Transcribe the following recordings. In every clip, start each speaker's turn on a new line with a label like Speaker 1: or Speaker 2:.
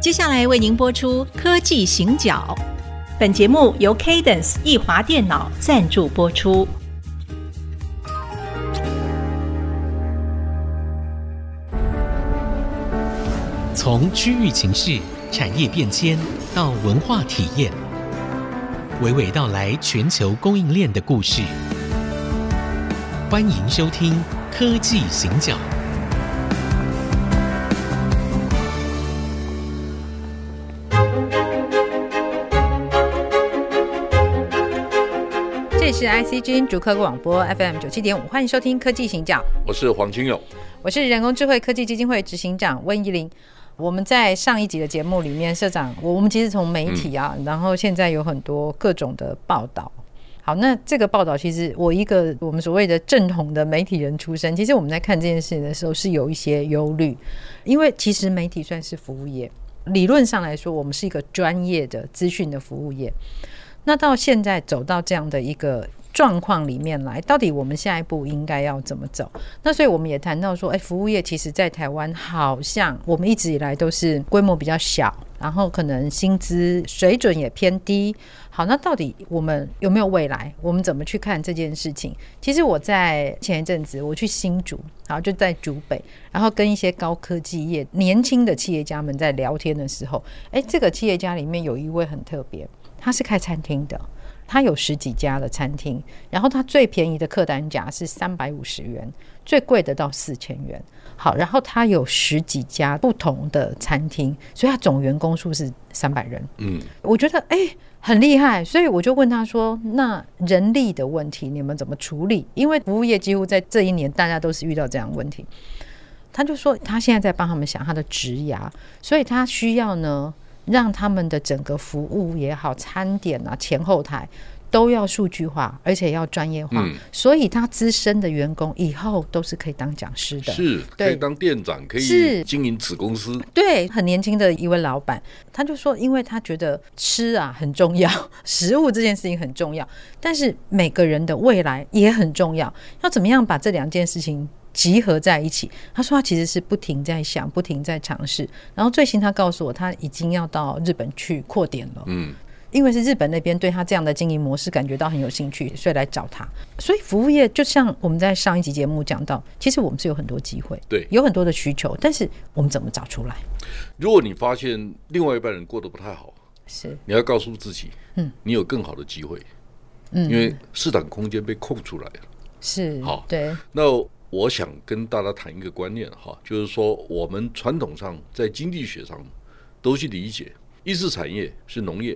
Speaker 1: 接下来为您播出《科技行脚》，本节目由 Cadence 易华电脑赞助播出。
Speaker 2: 从区域情势、产业变迁到文化体验，娓娓道来全球供应链的故事。欢迎收听《科技行脚》。
Speaker 3: 这里是 IC 之音主客广播 FM 九七点五，欢迎收听科技行脚，
Speaker 4: 我是黄清勇。
Speaker 3: 我是人工智慧科技基金会执行长温怡玲。我们在上一集的节目里面，社长，我我们其实从媒体啊，然后现在有很多各种的报道。好，那这个报道其实我一个我们所谓的正统的媒体人出身，其实我们在看这件事情的时候是有一些忧虑，因为其实媒体算是服务业，理论上来说，我们是一个专业的资讯的服务业。那到现在走到这样的一个状况里面来，到底我们下一步应该要怎么走？那所以我们也谈到说，哎，服务业其实在台湾好像我们一直以来都是规模比较小，然后可能薪资水准也偏低。好，那到底我们有没有未来？我们怎么去看这件事情？其实我在前一阵子我去新竹，然后就在竹北，然后跟一些高科技业年轻的企业家们在聊天的时候，哎，这个企业家里面有一位很特别，他是开餐厅的。他有十几家的餐厅，然后他最便宜的客单价是三百五十元，最贵的到四千元。好，然后他有十几家不同的餐厅，所以他总员工数是三百人。
Speaker 4: 嗯，
Speaker 3: 我觉得哎、很厉害，所以我就问他说：“那人力的问题你们怎么处理？因为服务业几乎在这一年大家都是遇到这样的问题。”他就说他现在在帮他们想他的职涯，所以他需要呢让他们的整个服务也好、餐点啊、前后台都要数据化，而且要专业化。
Speaker 4: 嗯
Speaker 3: 所以他资深的员工以后都是可以当讲师的。
Speaker 4: 是
Speaker 3: 对
Speaker 4: 可以当店长，可以
Speaker 3: 是
Speaker 4: 经营子公司。
Speaker 3: 对，很年轻的一位老板，他就说，因为他觉得吃啊很重要，食物这件事情很重要，但是每个人的未来也很重要，要怎么样把这两件事情集合在一起？他说他其实是不停在想，不停在尝试，然后最新他告诉我，他已经要到日本去扩点了。
Speaker 4: 嗯，
Speaker 3: 因为是日本那边对他这样的经营模式感觉到很有兴趣，所以来找他。所以服务业就像我们在上一集节目讲到，其实我们是有很多机会，
Speaker 4: 对
Speaker 3: 有很多的需求，但是我们怎么找出来？
Speaker 4: 如果你发现另外一半人过得不太好，
Speaker 3: 是
Speaker 4: 你要告诉自己，嗯，你有更好的机会，嗯，因为市场空间被空出来了。
Speaker 3: 是，
Speaker 4: 好
Speaker 3: 对，
Speaker 4: 那我想跟大家谈一个观念哈，就是说我们传统上在经济学上都去理解，一次产业是农业，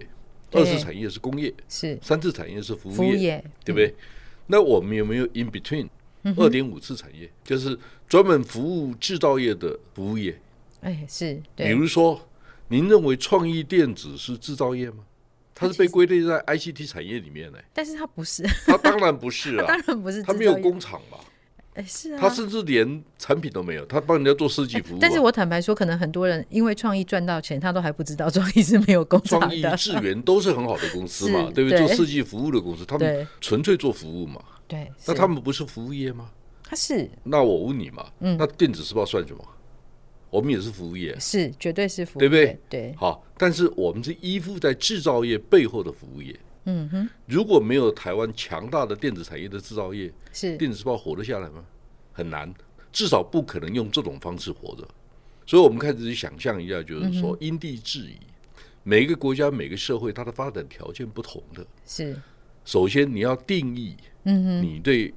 Speaker 3: 对
Speaker 4: 二次产业是工业，
Speaker 3: 是
Speaker 4: 三次产业是服务业，
Speaker 3: 服务业嗯
Speaker 4: 对不对？那我们有没有 in between 二点五次产业，就是专门服务制造业的服务业？
Speaker 3: 哎，是
Speaker 4: 比
Speaker 3: 对，
Speaker 4: 如说，您认为创意电子是制造业吗？它是被归类在 ICT 产业 里面呢、
Speaker 3: 但是他不是，
Speaker 4: 它当然不是啊
Speaker 3: 当，然不是制
Speaker 4: 它
Speaker 3: 造业，
Speaker 4: 啊没有工厂嘛，
Speaker 3: 哎，是啊，哎
Speaker 4: 它甚至连产品都没有，它帮人家做设计服务啊、
Speaker 3: 但是我坦白说，可能很多人因为创意赚到钱，他都还不知道创意是没有工厂
Speaker 4: 创意
Speaker 3: 的，
Speaker 4: 智源都是很好的公司嘛，
Speaker 3: 是
Speaker 4: 对不对？
Speaker 3: 对
Speaker 4: 做设计服务的公司，他
Speaker 3: 对
Speaker 4: 们纯粹做服务嘛，
Speaker 3: 对，
Speaker 4: 那
Speaker 3: 是
Speaker 4: 他们不是服务业吗？
Speaker 3: 他是
Speaker 4: 那我问你嘛，
Speaker 3: 嗯
Speaker 4: 那电子时报算什么？我们也是服务业，
Speaker 3: 是绝对是服务业，
Speaker 4: 对不对
Speaker 3: 对，
Speaker 4: 好，但是我们是依附在制造业背后的服务业。
Speaker 3: 嗯哼，
Speaker 4: 如果没有台湾强大的电子产业的制造业，
Speaker 3: 是
Speaker 4: 电子时报活得下来吗？很难，至少不可能用这种方式活着。所以，我们开始去想象一下，就是
Speaker 3: 嗯
Speaker 4: 说因地制宜，每一个国家、每个社会，它的发展条件不同的。
Speaker 3: 是
Speaker 4: 首先，你要定义，嗯你对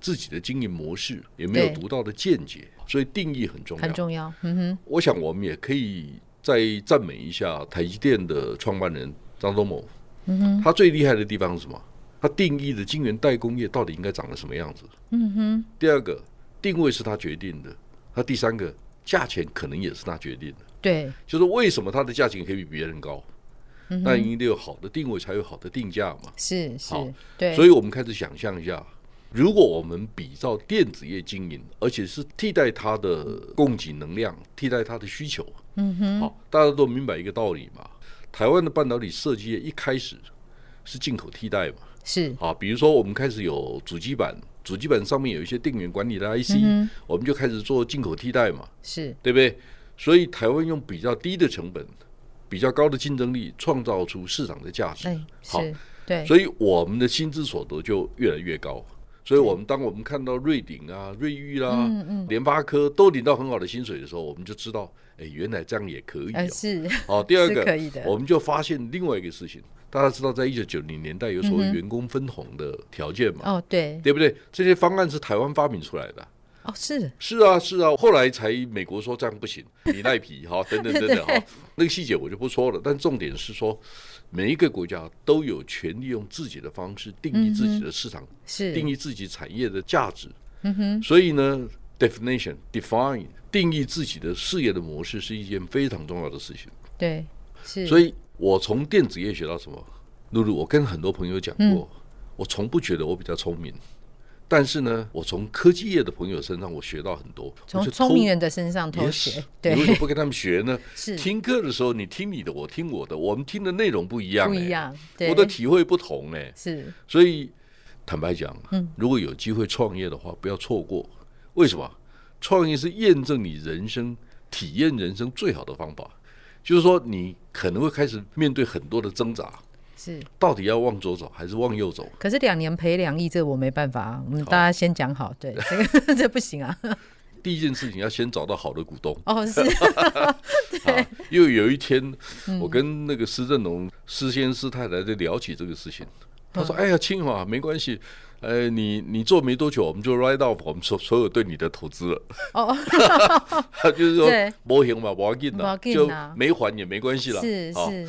Speaker 4: 自己的经营模式有没有
Speaker 3: 对
Speaker 4: 独到的见解，所以定义很重要。
Speaker 3: 很重要，嗯哼，
Speaker 4: 我想我们也可以再赞美一下台积电的创办人张忠谋。嗯他最厉害的地方是什么？他定义的晶圆代工业到底应该长得什么样子？嗯哼。第二个，定位是他决定的。他第三个，价钱可能也是他决定的。
Speaker 3: 对，
Speaker 4: 就是为什么他的价钱可以比别人高？那一定得有好的定位，才有好的定价嘛。
Speaker 3: 是是
Speaker 4: 好，
Speaker 3: 对，
Speaker 4: 所以我们开始想象一下，如果我们比照电子业经营，而且是替代它的供给能量，替代它的需求，嗯哼，好，大家都明白一个道理嘛。台湾的半导体设计业一开始是进口替代嘛，
Speaker 3: 是
Speaker 4: 啊，比如说我们开始有主机板，主机板上面有一些电源管理的 IC，、我们就开始做进口替代嘛，
Speaker 3: 是
Speaker 4: 对不对？所以台湾用比较低的成本比较高的竞争力，创造出市场的价值。
Speaker 3: 哎，
Speaker 4: 好，
Speaker 3: 是，对，
Speaker 4: 所以我们的薪资所得就越来越高。所以，我们当我们看到瑞鼎啊、瑞昱啦、
Speaker 3: 嗯嗯
Speaker 4: 联发科都领到很好的薪水的时候，我们就知道，哎，原来这样也可以
Speaker 3: 呃，
Speaker 4: 哦。
Speaker 3: 是，
Speaker 4: 好，第二
Speaker 3: 是
Speaker 4: 个
Speaker 3: 可以的
Speaker 4: 我们就发现另外一个事情，大家知道，在一九九零年代有所谓员工分红的条件嘛，
Speaker 3: 嗯哦，对，
Speaker 4: 对不对？这些方案是台湾发明出来的。
Speaker 3: 哦，是，
Speaker 4: 是啊，是啊，后来才美国说这样不行，你赖皮 哈，等等等等哈
Speaker 3: 对，
Speaker 4: 那个细节我就不说了。但重点是说，每一个国家都有权利用自己的方式定义自己的市场，
Speaker 3: 是，
Speaker 4: 定义自己产业的价值。嗯嗯哼，所以呢，definition define 定义自己的事业的模式是一件非常重要的事情。
Speaker 3: 对，是，
Speaker 4: 所
Speaker 3: 以
Speaker 4: 以我从电子业学到什么？露露，我跟很多朋友讲过，
Speaker 3: 嗯
Speaker 4: 我从不觉得我比较聪明，但是呢，我从科技业的朋友身上我学到很多。我
Speaker 3: 从
Speaker 4: 就偷
Speaker 3: 聪明人的身上偷
Speaker 4: Yes，
Speaker 3: 学，
Speaker 4: 你为什
Speaker 3: 对？
Speaker 4: 么，不跟他们学呢
Speaker 3: 是
Speaker 4: 听课的时候，你听你的，我听我的，我们听的内容不一样、欸
Speaker 3: 不一，样，对
Speaker 4: 我，的体会不同哎、
Speaker 3: 是，
Speaker 4: 所以坦白讲，如果有机会创业的话，不要错过。为什么？创业是验证你人生、体验人生最好的方法。就是说，你可能会开始面对很多的挣扎，
Speaker 3: 是。
Speaker 4: 到底要往左走还是往右走？
Speaker 3: 可是两年赔两亿，这我没办法啊。我们大家先讲好，对，这 个这不行啊。
Speaker 4: 第一件事情要先找到好的股东。
Speaker 3: 哦， 是，
Speaker 4: 啊，因为有一天，
Speaker 3: 嗯
Speaker 4: 我跟那个施正荣、施先生、施太太在聊起这个事情，
Speaker 3: 嗯
Speaker 4: 他说：“哎呀，清华没关系，呃，你你做没多久，我们就 write off 我们所所有对你的投资了。
Speaker 3: 哦，
Speaker 4: 就是说
Speaker 3: 对，
Speaker 4: 没行嘛，没进
Speaker 3: 没
Speaker 4: 啦，
Speaker 3: 紧
Speaker 4: 就
Speaker 3: 啦
Speaker 4: 没还也没关系啦。
Speaker 3: 是
Speaker 4: 啊
Speaker 3: 是，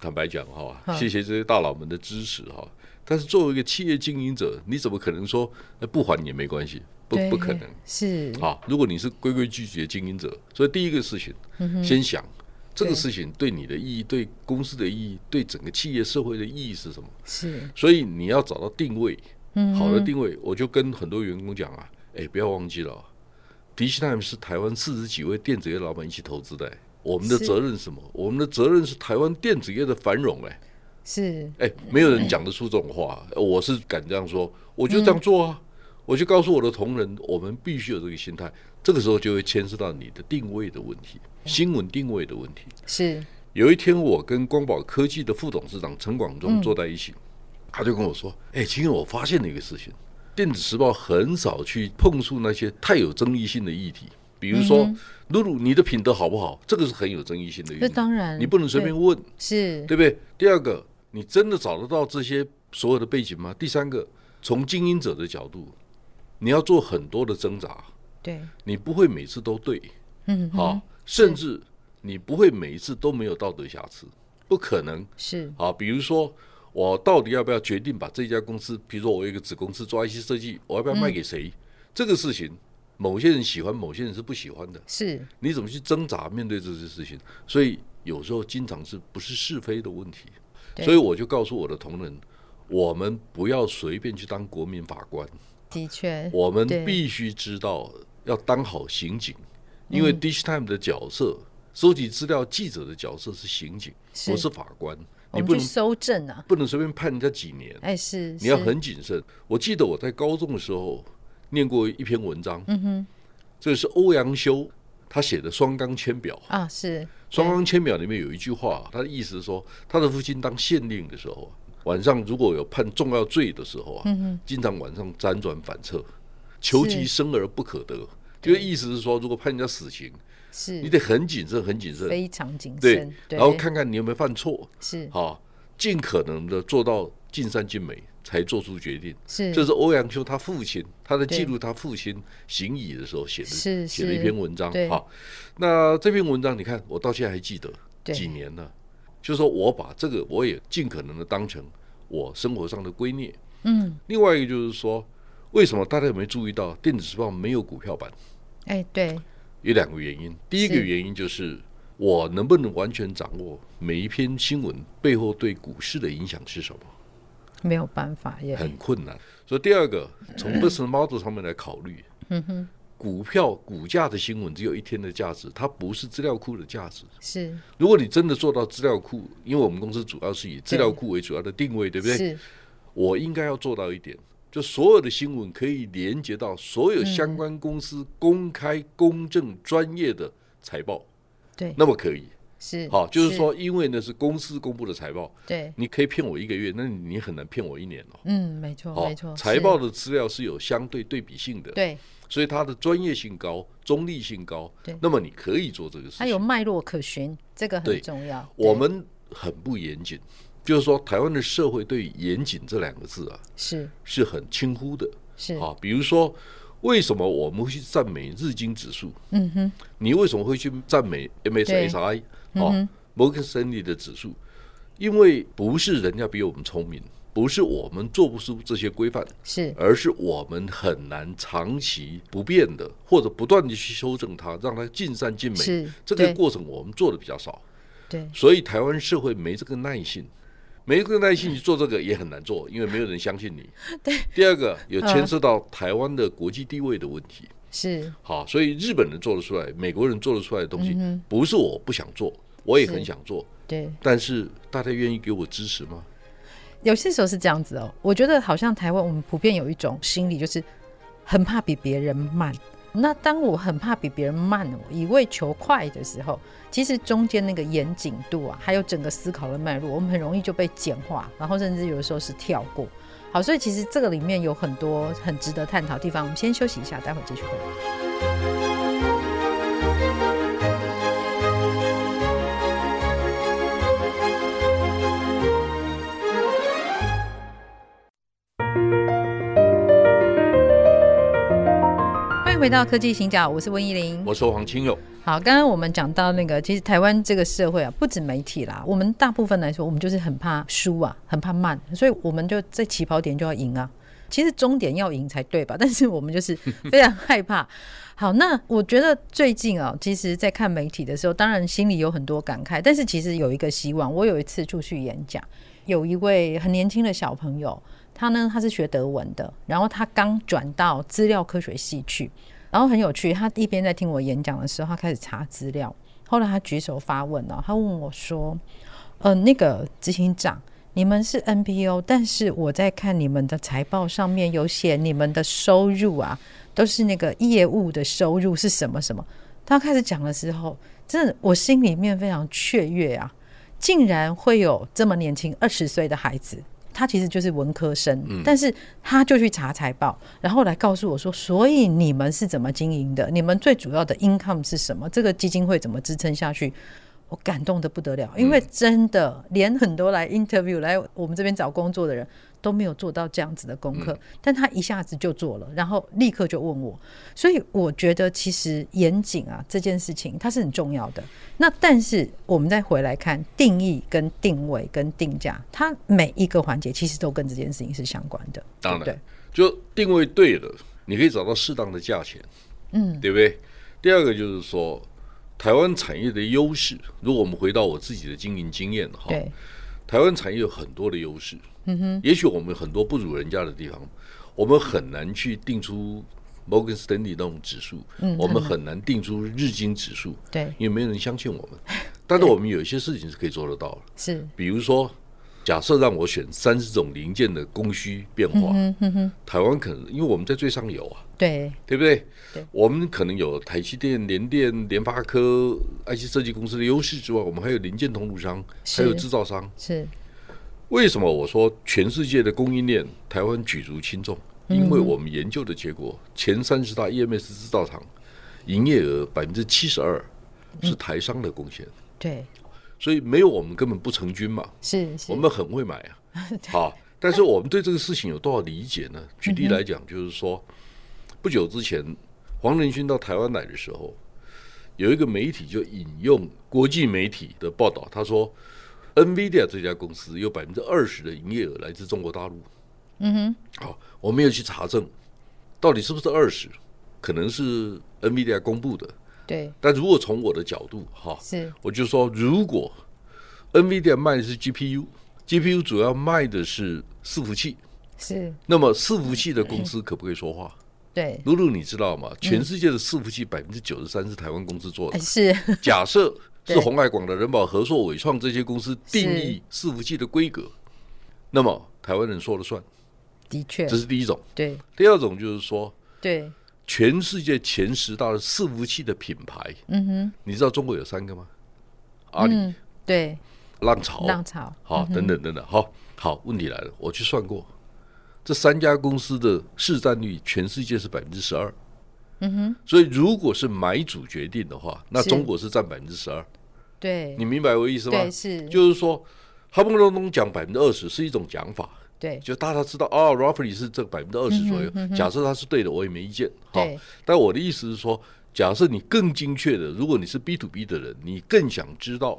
Speaker 4: 坦白讲哈
Speaker 3: 嗯，
Speaker 4: 谢谢这些大佬们的支持哈。但是作为一个企业经营者，你怎么可能说呃不还也没关系？不
Speaker 3: 对
Speaker 4: 不可能。
Speaker 3: 是
Speaker 4: 啊，如果你是规规矩矩的经营者，所以第一个事情，先想这个事情对你的意义、对公司的意义、对整个企业社会的意义是什么？
Speaker 3: 是，
Speaker 4: 所以你要找到定位，好的定位。我就跟很多员工讲啊，哎，不要忘记了哦，迪士尼是台湾四十几位电子业老板一起投资的。哎我们的
Speaker 3: 是
Speaker 4: 责任是什么？我们的责任是台湾电子业的繁荣。哎
Speaker 3: 是
Speaker 4: 哎，没有人讲得出这种话，呃我是敢这样说，我就这样做啊，我就告诉我的同仁，我们必须有这个心态。这个时候就会牵涉到你的定位的问题，
Speaker 3: 嗯
Speaker 4: 新闻定位的问题。
Speaker 3: 是，
Speaker 4: 有一天，我跟光宝科技的副董事长陈广忠坐在一起，
Speaker 3: 嗯
Speaker 4: 他就跟我说：“哎，其实我发现了一个事情，电子时报很少去碰触那些太有争议性的议题，比如说，露露，你的品德好不好？这个是很有争议性的议
Speaker 3: 嗯这
Speaker 4: 题，
Speaker 3: 当然
Speaker 4: 嗯你不能随便问。”
Speaker 3: 是，
Speaker 4: 对不对？第二个，你真的找得到这些所有的背景吗？第三个，从经营者的角度，你要做很多的挣扎，
Speaker 3: 对，
Speaker 4: 你不会每次都对，
Speaker 3: 嗯，
Speaker 4: 好、甚至你不会每一次都没有道德瑕疵，不可能。
Speaker 3: 是
Speaker 4: 好，比如说我到底要不要决定把这家公司，比如说我有一个子公司做 IC 设计，我要不要卖给谁？这个事情，某些人喜欢，某些人是不喜欢的。
Speaker 3: 是，
Speaker 4: 你怎么去挣扎面对这些事情？所以有时候经常是不是是非的问题。
Speaker 3: 对
Speaker 4: 所以我就告诉我的同仁，我们不要随便去当国民法官，
Speaker 3: 的确，
Speaker 4: 我们
Speaker 3: 对
Speaker 4: 必须知道要当好刑警，
Speaker 3: 嗯
Speaker 4: 因为 Dish Time 的角色，收集资料记者的角色是刑警，
Speaker 3: 是
Speaker 4: 不是法官。
Speaker 3: 我
Speaker 4: 你
Speaker 3: 们
Speaker 4: 不
Speaker 3: 去
Speaker 4: 能
Speaker 3: 搜证啊。
Speaker 4: 不能随便判人家几年，
Speaker 3: 哎，是，
Speaker 4: 你要
Speaker 3: 是
Speaker 4: 很谨慎。我记得我在高中的时候念过一篇文章，嗯哼，这是欧阳修他写的《双钢签表》。
Speaker 3: 啊，是
Speaker 4: 双方签表里面有一句话，他的意思是说，他的父亲当县令的时候啊，晚上如果有判重要罪的时候啊，
Speaker 3: 嗯
Speaker 4: 经常晚上辗转反侧，求其
Speaker 3: 是
Speaker 4: 生而不可得。就是意思是说，如果判人家死刑，你
Speaker 3: 是，
Speaker 4: 得很谨慎，很谨慎，
Speaker 3: 非常谨
Speaker 4: 对
Speaker 3: 慎，，对，
Speaker 4: 然后看看你有没有犯错，
Speaker 3: 是
Speaker 4: 啊，尽可能的做到尽善尽美，才做出决定。
Speaker 3: 是，
Speaker 4: 这是欧阳修他父亲，他在记
Speaker 3: 对
Speaker 4: 录他父亲行医的时候写的，
Speaker 3: 是
Speaker 4: 写的
Speaker 3: 是
Speaker 4: 一篇文章
Speaker 3: 对。
Speaker 4: 好，那这篇文章你看，我到现在还记得，
Speaker 3: 对
Speaker 4: 几年了。就是说我把这个我也尽可能的当成我生活上的圭臬。
Speaker 3: 嗯，
Speaker 4: 另外一个就是说，为什么大家有没有注意到《电子时报》没有股票版？
Speaker 3: 哎，对，
Speaker 4: 有两个原因，第一个
Speaker 3: 是
Speaker 4: 原因就是我能不能完全掌握每一篇新闻背后对股市的影响是什么。
Speaker 3: 没有办法耶，
Speaker 4: 很困难。所以第二个，从 business model 上面来考虑，
Speaker 3: 嗯
Speaker 4: 股票股价的新闻只有一天的价值，它不是资料库的价值。
Speaker 3: 是
Speaker 4: 如果你真的做到资料库，因为我们公司主要是以资料库为主要的定位，对不对？
Speaker 3: 是
Speaker 4: 我应该要做到一点，就所有的新闻可以连接到所有相关公司公开、公正、专业的财报，
Speaker 3: 对，
Speaker 4: 那么可以。
Speaker 3: 是
Speaker 4: 好，就是说，因为那是公司公布的财报，
Speaker 3: 对，
Speaker 4: 你可以骗我一个月，那你很难骗我一年哦。
Speaker 3: 嗯，没错，
Speaker 4: 好
Speaker 3: 没错，，
Speaker 4: 财
Speaker 3: 是
Speaker 4: 报的资料是有相对对比性的，
Speaker 3: 对，
Speaker 4: 所以它的专业性高、中立性高
Speaker 3: 对。
Speaker 4: 那么你可以做这个事
Speaker 3: 它有
Speaker 4: 情。
Speaker 3: 脉络可循，这个很
Speaker 4: 对
Speaker 3: 重要。
Speaker 4: 我
Speaker 3: 对
Speaker 4: 们很不严谨，就是说，台湾的社会对于严谨这两个字啊
Speaker 3: 是
Speaker 4: 是很轻忽的。
Speaker 3: 是
Speaker 4: 啊，比如说，为什么我们会去赞美日经指数？
Speaker 3: 嗯哼，嗯
Speaker 4: 你为什么会去赞美 MSCI
Speaker 3: 哼
Speaker 4: 啊摩根士丹利的指数？因为不是人家比我们聪明，不是我们做不出这些规范，
Speaker 3: 是
Speaker 4: 而是我们很难长期不变的，或者不断的去修正它，让它尽善尽美
Speaker 3: 是。
Speaker 4: 这个
Speaker 3: 对
Speaker 4: 过程我们做的比较少，
Speaker 3: 对
Speaker 4: 所以台湾社会没这个耐性。没这个耐性去做这个也很难做，因为没有人相信你。 对，嗯第二个有牵涉到台湾的国际地位的问题。
Speaker 3: 是
Speaker 4: 好，所以日本人做得出来，美国人做得出来的东西，不是我不想做，我也很想做，
Speaker 3: 对，
Speaker 4: 但嗯是大家愿意给我支持吗？
Speaker 3: 有些时候是这样子哦。我觉得好像台湾我们普遍有一种心理，就是很怕比别人慢。那当我很怕比别人慢，我一味求快的时候，其实中间那个严谨度啊，还有整个思考的脉络，我们很容易就被简化，然后甚至有的时候是跳过。好，所以其实这个里面有很多很值得探讨的地方。我们先休息一下，待会儿继续回来。欢迎回到科技行脚，我是温依玲，
Speaker 4: 我说黄清友，
Speaker 3: 好，刚刚我们讲到那个，其实台湾这个社会啊，不止媒体啦，我们大部分来说，我们就是很怕输啊，很怕慢，所以我们就在起跑点就要赢啊。其实终点要赢才对吧？但是我们就是非常 害怕。好，那我觉得最近啊，其实，在看媒体的时候，当然心里有很多感慨，但是其实有一个希望。我有一次出去演讲，有一位很年轻的小朋友，他呢他是学德文的，然后他刚转到资料科学系去，然后很有趣，他一边在听我演讲的时候，他开始查资料。后来他举手发问了，他问我说：“呃，那个执行长，你们是 NPO，但是我在看你们的财报上面有写你们的收入啊，都是那个业务的收入是什么什么。”他开始讲的时候，真的我心里面非常雀跃啊，竟然会有这么年轻二十岁的孩子。他其实就是文科生，但是他就去查财报，然后来告诉我说，所以你们是怎么经营的？你们最主要的 income 是什么？这个基金会怎么支撑下去？我感动的不得
Speaker 4: 嗯
Speaker 3: 了，因为真的连很多来 interview 来我们这边找工作的人都没有做到这样子的功
Speaker 4: 嗯
Speaker 3: 课，但他一下子就做了，然后立刻就问我，所以我觉得其实严谨啊这件事情它是很重要的。那但是我们再回来看定义、跟定位、跟定价，它每一个环节其实都跟这件事情是相关的，
Speaker 4: 当
Speaker 3: 对
Speaker 4: 然，就定位对了，你可以找到适当的价钱，嗯，对不对？第二个就是说，台湾产业的优势，如果我们回到我自己的经营经验
Speaker 3: 不
Speaker 4: 哈，
Speaker 3: 对对
Speaker 4: 台湾产业有很多的优势，嗯哼，也许我们很多不如人家的地方，我们很难去定出摩根士丹利那种指数，
Speaker 3: 嗯
Speaker 4: 我们
Speaker 3: 很难
Speaker 4: 很难定出日经指数，
Speaker 3: 对
Speaker 4: 因为没有人相信我们。但是我们有一些事情是可以做得到的，
Speaker 3: 是，
Speaker 4: 比如说，假设让我选三十种零件的供需变化，
Speaker 3: 嗯哼哼，
Speaker 4: 台湾可能因为我们在最上游啊，
Speaker 3: 对
Speaker 4: 对不对？
Speaker 3: 对
Speaker 4: 我们可能有台积电、联电、联发科、IC 设计公司的优势之外，我们还有零件通路商，
Speaker 3: 是
Speaker 4: 还有制造商。
Speaker 3: 是，
Speaker 4: 为什么我说全世界的供应链台湾举足轻重？因为我们研究的结果，前三十大 EMS 制造厂营业额百分之七十二是台商的贡献，
Speaker 3: 对
Speaker 4: 所以没有我们根本不成军嘛。
Speaker 3: 是是，
Speaker 4: 我们很会买 啊，好，但是我们对这个事情有多少理解呢？举例来讲，就是说，不久之前黄仁勋到台湾来的时候，有一个媒体就引用国际媒体的报道，他说，NVIDIA 这家公司有百分之二十的营业额来自中国大陆。嗯哼，好，我没有去查证到底是不是二十，可能是 NVIDIA 公布的，
Speaker 3: 对
Speaker 4: 但如果从我的角度，哈，
Speaker 3: 是
Speaker 4: 我就说，如果 NVIDIA 卖的是 GPU，GPU 主要卖的是伺服器，
Speaker 3: 是，
Speaker 4: 那么伺服器的公司可不可以说话？
Speaker 3: 对，
Speaker 4: 露露，你知道吗？全世界的伺服器百分之九十三是台湾公司做
Speaker 3: 嗯哎
Speaker 4: 的。
Speaker 3: 是
Speaker 4: 假设
Speaker 3: 对
Speaker 4: 是红海、广达、人保、和硕、伟创这些公司定义伺服器的规格，那么台湾人说了算，
Speaker 3: 的确
Speaker 4: 这，是第一种。
Speaker 3: 对
Speaker 4: 第二种就是说，
Speaker 3: 对
Speaker 4: 全世界前十大的伺服器的品牌，
Speaker 3: 嗯哼，
Speaker 4: 你知道中国有三个吗阿里、
Speaker 3: 嗯，对，
Speaker 4: 浪潮、
Speaker 3: 浪潮，
Speaker 4: 好、等等等等，好好，问题来了，我去算过，这三家公司的市占率全世界是百分之十二。嗯哼，所以如果是买主决定的话，那
Speaker 3: 是
Speaker 4: 中国是占百分之十二，
Speaker 3: 对
Speaker 4: 你，明白我意思吗？
Speaker 3: 对是，
Speaker 4: 就是说，他们隆咚讲百分之二十是一种讲法，
Speaker 3: 对，
Speaker 4: 就大家知道哦 r o f l y 是这百分之
Speaker 3: 嗯
Speaker 4: 二十左右。假设它是对的，我也没意见。好
Speaker 3: 对，
Speaker 4: 但我的意思是说，假设你更精确的，如果你是 B to B 的人，你更想知道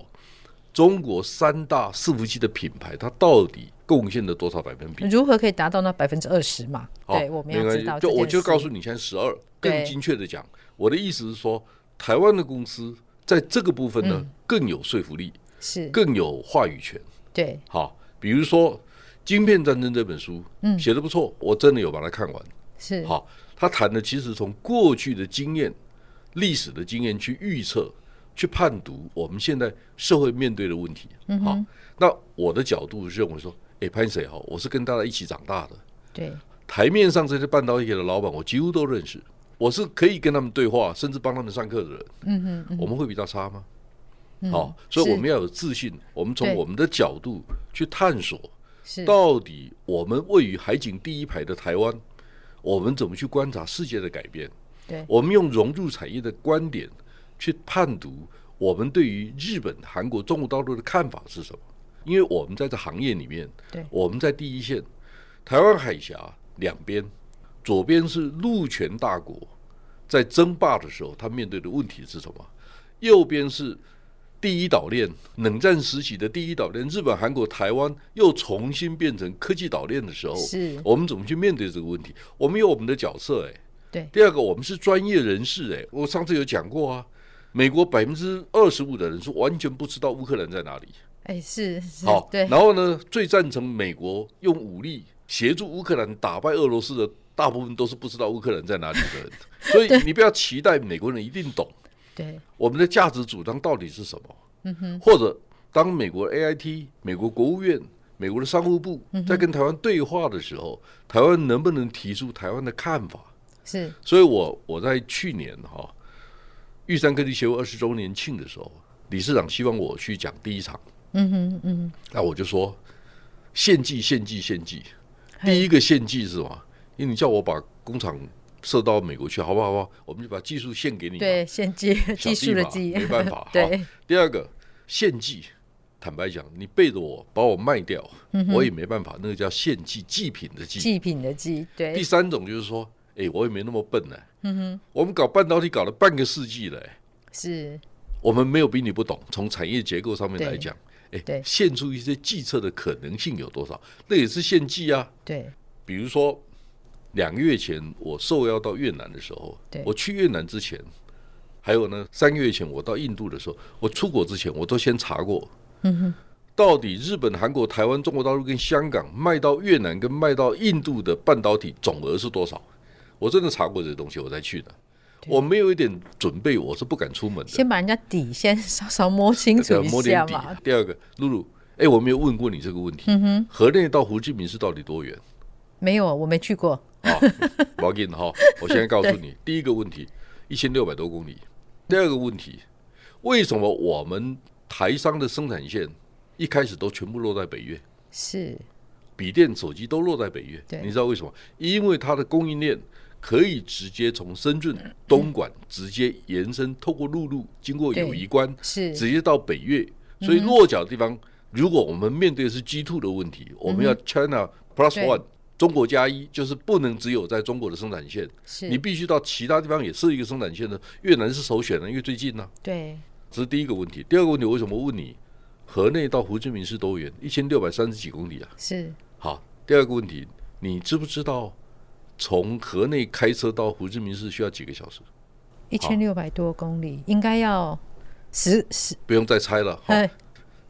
Speaker 4: 中国三大伺服器的品牌，它到底贡献了多少百分比？
Speaker 3: 如何可以达到那百分之二十嘛？
Speaker 4: 好
Speaker 3: 嗯对，我们
Speaker 4: 没
Speaker 3: 要
Speaker 4: 关
Speaker 3: 知
Speaker 4: 系
Speaker 3: 道这
Speaker 4: 就
Speaker 3: 件事，
Speaker 4: 我就告诉你，现在十二。更
Speaker 3: 对
Speaker 4: 精确的讲，我的意思是说，台湾的公司在这个部分呢、更有说服力，
Speaker 3: 是，
Speaker 4: 更有话语权。
Speaker 3: 对，
Speaker 4: 好，比如说《晶片战争》这本书，嗯，写的不错，我真的有把它看完。
Speaker 3: 是，
Speaker 4: 好，他谈的其实从过去的经验、历史的经验去预测、去判读我们现在社会面对的问题。
Speaker 3: 嗯
Speaker 4: 好，那我的角度是认为说，哎，潘谁哈，我是跟大家一起长大的，
Speaker 3: 对，
Speaker 4: 台面上这些半导体的老板，我几乎都认识，我是可以跟他们对话，甚至帮他们上课的人。
Speaker 3: 嗯哼，嗯
Speaker 4: 我们会比较差吗？好，所以
Speaker 3: 是
Speaker 4: 我们要有自信，我们从
Speaker 3: 对
Speaker 4: 我们的角度去探索，
Speaker 3: 是，
Speaker 4: 到底我们位于海景第一排的台湾，我们怎么去观察世界的改变？
Speaker 3: 对，
Speaker 4: 我们用融入产业的观点去判读我们对于日本、韩国、中国大陆的看法是什么？因为我们在这行业里面，
Speaker 3: 对
Speaker 4: 我们在第一线，台湾海峡两边，左边是陆权大国在争霸的时候，他面对的问题是什么？右边是第一岛链，冷战时期的第一岛链，日本、韩国、台湾又重新变成科技岛链的时候，
Speaker 3: 是
Speaker 4: 我们怎么去面对这个问题？我们有我们的角色、哎，
Speaker 3: 对，
Speaker 4: 第二个，我们是专业人士、哎，我上次有讲过啊，美国百分之二十五的人是完全不知道乌克兰在哪里。
Speaker 3: 哎，是，是
Speaker 4: 好，
Speaker 3: 对，
Speaker 4: 然后呢，最赞成美国用武力协助乌克兰打败俄罗斯的，大部分都是不知道乌克兰在哪里 的人。所以你不要期待美国人一定懂
Speaker 3: 对，
Speaker 4: 我们的价值主张到底是什么。嗯、或者当美国 AIT、美国国务院、美国的商务部
Speaker 3: 嗯
Speaker 4: 在跟台湾对话的时候，台湾能不能提出台湾的看法？
Speaker 3: 是，
Speaker 4: 所以我我在去年哈、玉山科技协会二十周年庆的时候，理事长希望我去讲第一场，
Speaker 3: 嗯哼，嗯
Speaker 4: 那我就说献祭献祭献祭，
Speaker 3: 哼，
Speaker 4: 第
Speaker 3: 一，
Speaker 4: 一个献祭是什么？因为你叫我把工厂设到美国去，好不好？好不好？我们就把技术献给你嘛。
Speaker 3: 对，献祭， 技术的技，
Speaker 4: 没办法
Speaker 3: 对，
Speaker 4: 第二个献祭，坦白讲，你背着我把我卖掉，我也没办法，那个叫献祭祭品的嗯祭。
Speaker 3: 祭品的祭，
Speaker 4: 第
Speaker 3: 对，
Speaker 4: 三种就是说，哎、我也没那么笨呢、嗯哼，我们搞半导体搞了半个世纪了、哎
Speaker 3: 是，
Speaker 4: 我们没有比你不懂。从产业结构上面来讲，哎、
Speaker 3: 对
Speaker 4: 献出一些计策的可能性有多少？那也是献计啊。
Speaker 3: 对，
Speaker 4: 比如说，两个月前我受邀到越南的时候
Speaker 3: 对，
Speaker 4: 我去越南之前，还有呢，三个月前我到印度的时候，我出国之前我都先查过，
Speaker 3: 嗯哼，
Speaker 4: 到底日本、韩国、台湾、中国大陆跟香港卖到越南跟卖到印度的半导体总额是多少？我真的查过这些东西，我才去的。
Speaker 3: 对
Speaker 4: 我没有一点准备，我是不敢出门的。
Speaker 3: 先把人家底先 稍稍摸清
Speaker 4: 对
Speaker 3: 楚
Speaker 4: 啊
Speaker 3: 一
Speaker 4: 摸
Speaker 3: 下
Speaker 4: 点底
Speaker 3: 嘛，。
Speaker 4: 第二个，露露，哎，我没有问过你这个问题。河内到胡志明市到底多远？
Speaker 3: 没有，我没去过，
Speaker 4: 啊，不要紧哈，我现在告诉你，第一个问题，一千六百多公里；第二个问题，为什么我们台商的生产线一开始都全部落在北越，
Speaker 3: 是，
Speaker 4: 笔电、手机都落在北越
Speaker 3: 对？
Speaker 4: 你知道为什么？因为它的供应链可以直接从深圳、东莞直接延伸，透过陆路，经过友谊关，
Speaker 3: 是，
Speaker 4: 直接到北越，
Speaker 3: 嗯
Speaker 4: 所以落脚的地方，如果我们面对的是 G two 的问题，我们要 China
Speaker 3: 嗯
Speaker 4: Plus
Speaker 3: 对
Speaker 4: One。中国加一就是不能只有在中国的生产线，
Speaker 3: 是，
Speaker 4: 你必须到其他地方也设一个生产线呢。越南是首选的，因为最近呢、
Speaker 3: 对，
Speaker 4: 这是第一个问题。第二个问题，我为什么问你河内到胡志明市多远？一千六百三十几公里啊！
Speaker 3: 是，
Speaker 4: 好，第二个问题，你知不知道从河内开车到胡志明市需要几个小时？
Speaker 3: 一千六百多公里，应该要十十，
Speaker 4: 不用再猜了，好
Speaker 3: 哎，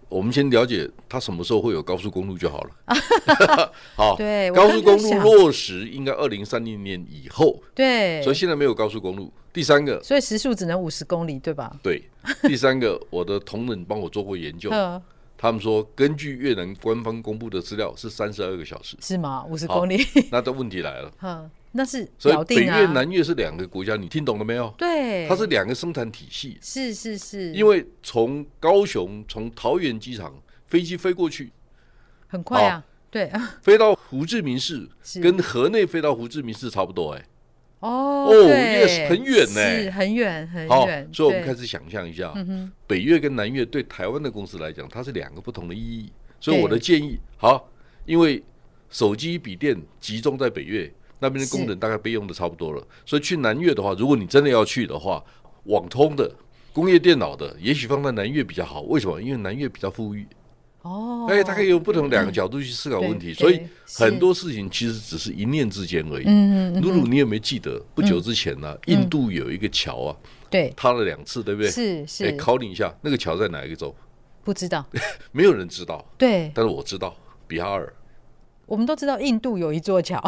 Speaker 4: 我们先了解它什么时候会有高速公路就好了。好，
Speaker 3: 哎对我
Speaker 4: 高速
Speaker 3: 刚
Speaker 4: 公
Speaker 3: 刚想
Speaker 4: 路落实应该二零三零年以后，
Speaker 3: 对，
Speaker 4: 所以现在没有高速公路。第三个，
Speaker 3: 所以时速只能五十公里，对吧？
Speaker 4: 对，第三个，我的同仁帮我做过研究，
Speaker 3: 嗯，
Speaker 4: 他们说根据越南官方公布的资料是三十二个小时。
Speaker 3: 是吗？五十
Speaker 4: 好
Speaker 3: 公里，
Speaker 4: 那这问题来了，
Speaker 3: 嗯，那是
Speaker 4: 所
Speaker 3: 咬
Speaker 4: 以北
Speaker 3: 定
Speaker 4: 越、
Speaker 3: 啊，
Speaker 4: 南越是两个国家，你听懂了没有？
Speaker 3: 对，
Speaker 4: 它是两个生产体系，
Speaker 3: 是是是，
Speaker 4: 因为从高雄从桃园机场飞机飞过去，
Speaker 3: 很快啊，对
Speaker 4: 飞到胡志明市，
Speaker 3: 是
Speaker 4: 跟河内飞到胡志明市差不多哎、
Speaker 3: 哦，
Speaker 4: 哦
Speaker 3: 对
Speaker 4: ，yes，很远呢
Speaker 3: 是很远很
Speaker 4: 好
Speaker 3: 远，，
Speaker 4: 所以我们
Speaker 3: 对
Speaker 4: 开始想象一下，
Speaker 3: 嗯哼，
Speaker 4: 北越跟南越对台湾的公司来讲，它是两个不同的意义。所以
Speaker 3: 对
Speaker 4: 我的建议，好，因为手机、笔电集中在北越那边的功
Speaker 3: 是
Speaker 4: 能大概被用的差不多了，所以去南越的话，如果你真的要去的话，网通的。工业电脑的也许放在南越比较好，为什么？因为南越比较富裕，
Speaker 3: 哦，
Speaker 4: 哎、它可以用不同两个角度去思考问
Speaker 3: 对
Speaker 4: 题，所以
Speaker 3: 对
Speaker 4: 很多事情其实只是一念之间而已。
Speaker 3: 嗯，嗯嗯，
Speaker 4: 露露，你有没有记得不久之前呢、印度有一个桥啊，
Speaker 3: 对，
Speaker 4: 塌了两次，对不对？
Speaker 3: 是
Speaker 4: 哎，
Speaker 3: 是，
Speaker 4: 考你一下，那个桥在哪一个州？
Speaker 3: 不知道，
Speaker 4: 没有人知道，
Speaker 3: 对，
Speaker 4: 但是我知道，比哈尔。
Speaker 3: 我们都知道印度有一座 桥，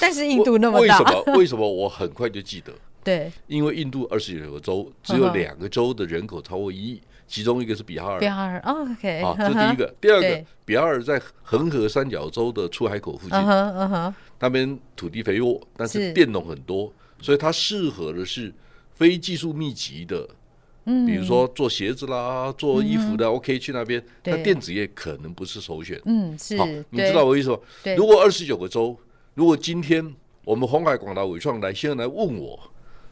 Speaker 3: 但是印度那么
Speaker 4: 为为
Speaker 3: 大
Speaker 4: 什，么？为什么我很快就记得？
Speaker 3: 对，
Speaker 4: 因为印度二十九个州，只
Speaker 3: 嗯
Speaker 4: 有
Speaker 3: 哼
Speaker 4: 两个州的人口超过一亿，其中一个是比哈尔
Speaker 3: 比。哈尔哦，OK，
Speaker 4: 啊，这
Speaker 3: 嗯
Speaker 4: 是
Speaker 3: 哼
Speaker 4: 第一，个。第二个
Speaker 3: 对，
Speaker 4: 比哈尔在恒河三角洲的出海口附近
Speaker 3: 嗯，哼嗯哼，
Speaker 4: 那边土地肥沃，但
Speaker 3: 是
Speaker 4: 是电农很多，所以它适合的是非技术密集的，
Speaker 3: 嗯
Speaker 4: 比如说做鞋子啦、做衣服的，OK 去那边。
Speaker 3: 对
Speaker 4: 那电子业可能不是首选。
Speaker 3: 嗯是，
Speaker 4: 好，你
Speaker 3: 对
Speaker 4: 知道我意思吗？
Speaker 3: 对
Speaker 4: 如果二十九个州，如果今天我们红海广达伟创来先来问我。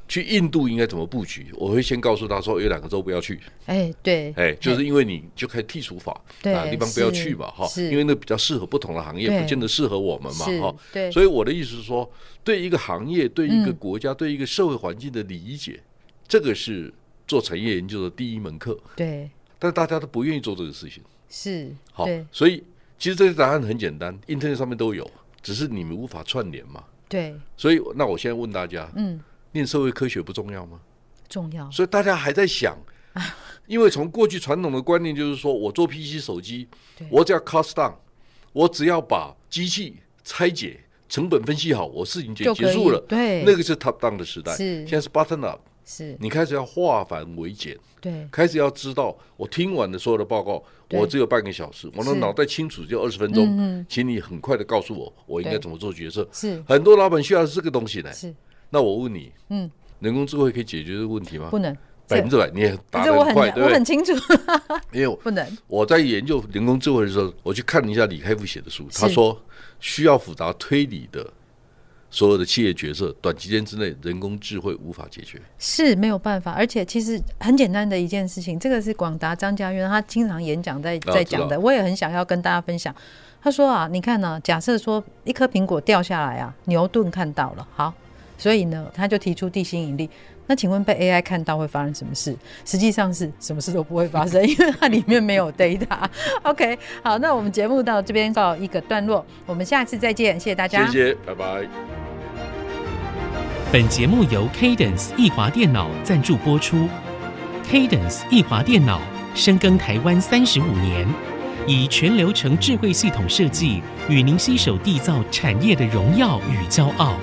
Speaker 4: 去印度应该怎么布局？我会先告诉他说，有两个州不要去，
Speaker 3: 哎对，
Speaker 4: 哎，就
Speaker 3: 哎
Speaker 4: 是因为你就开始剔除法，
Speaker 3: 对
Speaker 4: 哪个啊地方不要去嘛，
Speaker 3: 是
Speaker 4: 哈，
Speaker 3: 是
Speaker 4: 因为那比较适合不同的行业，
Speaker 3: 对
Speaker 4: 不见得适合我们嘛，
Speaker 3: 是
Speaker 4: 哈，
Speaker 3: 对，
Speaker 4: 所以我的意思是说，对一个行业、对一个
Speaker 3: 嗯
Speaker 4: 国家、对一个社会环境的理解，这个是做产业研究的第一门课。
Speaker 3: 对
Speaker 4: 但大家都不愿意做这个事情。
Speaker 3: 是，
Speaker 4: 好
Speaker 3: 对，
Speaker 4: 所以其实这个答案很简单，Internet 上面都有，只是你们无法串联嘛。
Speaker 3: 对，
Speaker 4: 所以，那我现在问大家，
Speaker 3: 嗯，
Speaker 4: 念社会科学不重要吗？
Speaker 3: 重要，
Speaker 4: 所以大家还 在想，因为从过去传统的观念就是说，我做 PC 手机
Speaker 3: 对，
Speaker 4: 我只要 cost down，我只要把机器拆解、成本分析好，我事情就
Speaker 3: 就可
Speaker 4: 结
Speaker 3: 以
Speaker 4: 束了。
Speaker 3: 对，
Speaker 4: 那个是 top down 的时代，
Speaker 3: 是
Speaker 4: 现在是 button up，
Speaker 3: 是
Speaker 4: 你开始要化繁为简，
Speaker 3: 对
Speaker 4: 开始要知道我听完的所有的报告，
Speaker 3: 对
Speaker 4: 我只有半个小时，我的
Speaker 3: 是
Speaker 4: 脑袋清楚就二十分
Speaker 3: 嗯
Speaker 4: 钟
Speaker 3: 嗯，
Speaker 4: 请你很快的告诉我我应该
Speaker 3: 对
Speaker 4: 怎么做决策。
Speaker 3: 是
Speaker 4: 很多老板需要这个东西呢，
Speaker 3: 是，
Speaker 4: 那我问你，
Speaker 3: 嗯，
Speaker 4: 人工智慧可以解决这个问题吗
Speaker 3: 不？能，
Speaker 4: 百分之百，你也答
Speaker 3: 这
Speaker 4: 得
Speaker 3: 我
Speaker 4: 很
Speaker 3: 很
Speaker 4: 快，
Speaker 3: 我
Speaker 4: 对不
Speaker 3: 很
Speaker 4: 对？
Speaker 3: 清楚，
Speaker 4: 因为我
Speaker 3: 不能，
Speaker 4: 我在研究人工智慧的时候，我去看了一下李开复写的书，
Speaker 3: 是
Speaker 4: 他说需要复杂推理的所有的企业决策，短期间之内人工智慧无法解决。
Speaker 3: 是没有办法，而且其实很简单的一件事情，这个是广达张家渊他经常演讲在哦
Speaker 4: 啊
Speaker 3: 在讲
Speaker 4: 知
Speaker 3: 的，我也很想要跟大家分享。他说啊，你看呢、假设说一颗苹果掉下来啊，牛顿看到了，好，所以呢，他就提出地心引力。那请问被 AI 看到会发生什么事？实际上是什么事都不会发生，因为它里面没有 data。OK，好，那我们节目到这边告一个段落，我们下次再见，谢谢大家，
Speaker 4: 谢谢，拜拜。
Speaker 2: 本节目由 Cadence 易华电脑赞助播出。Cadence 易华电脑深耕台湾三十五年，以全流程智慧系统设计与您携手缔造产业的荣耀与骄傲。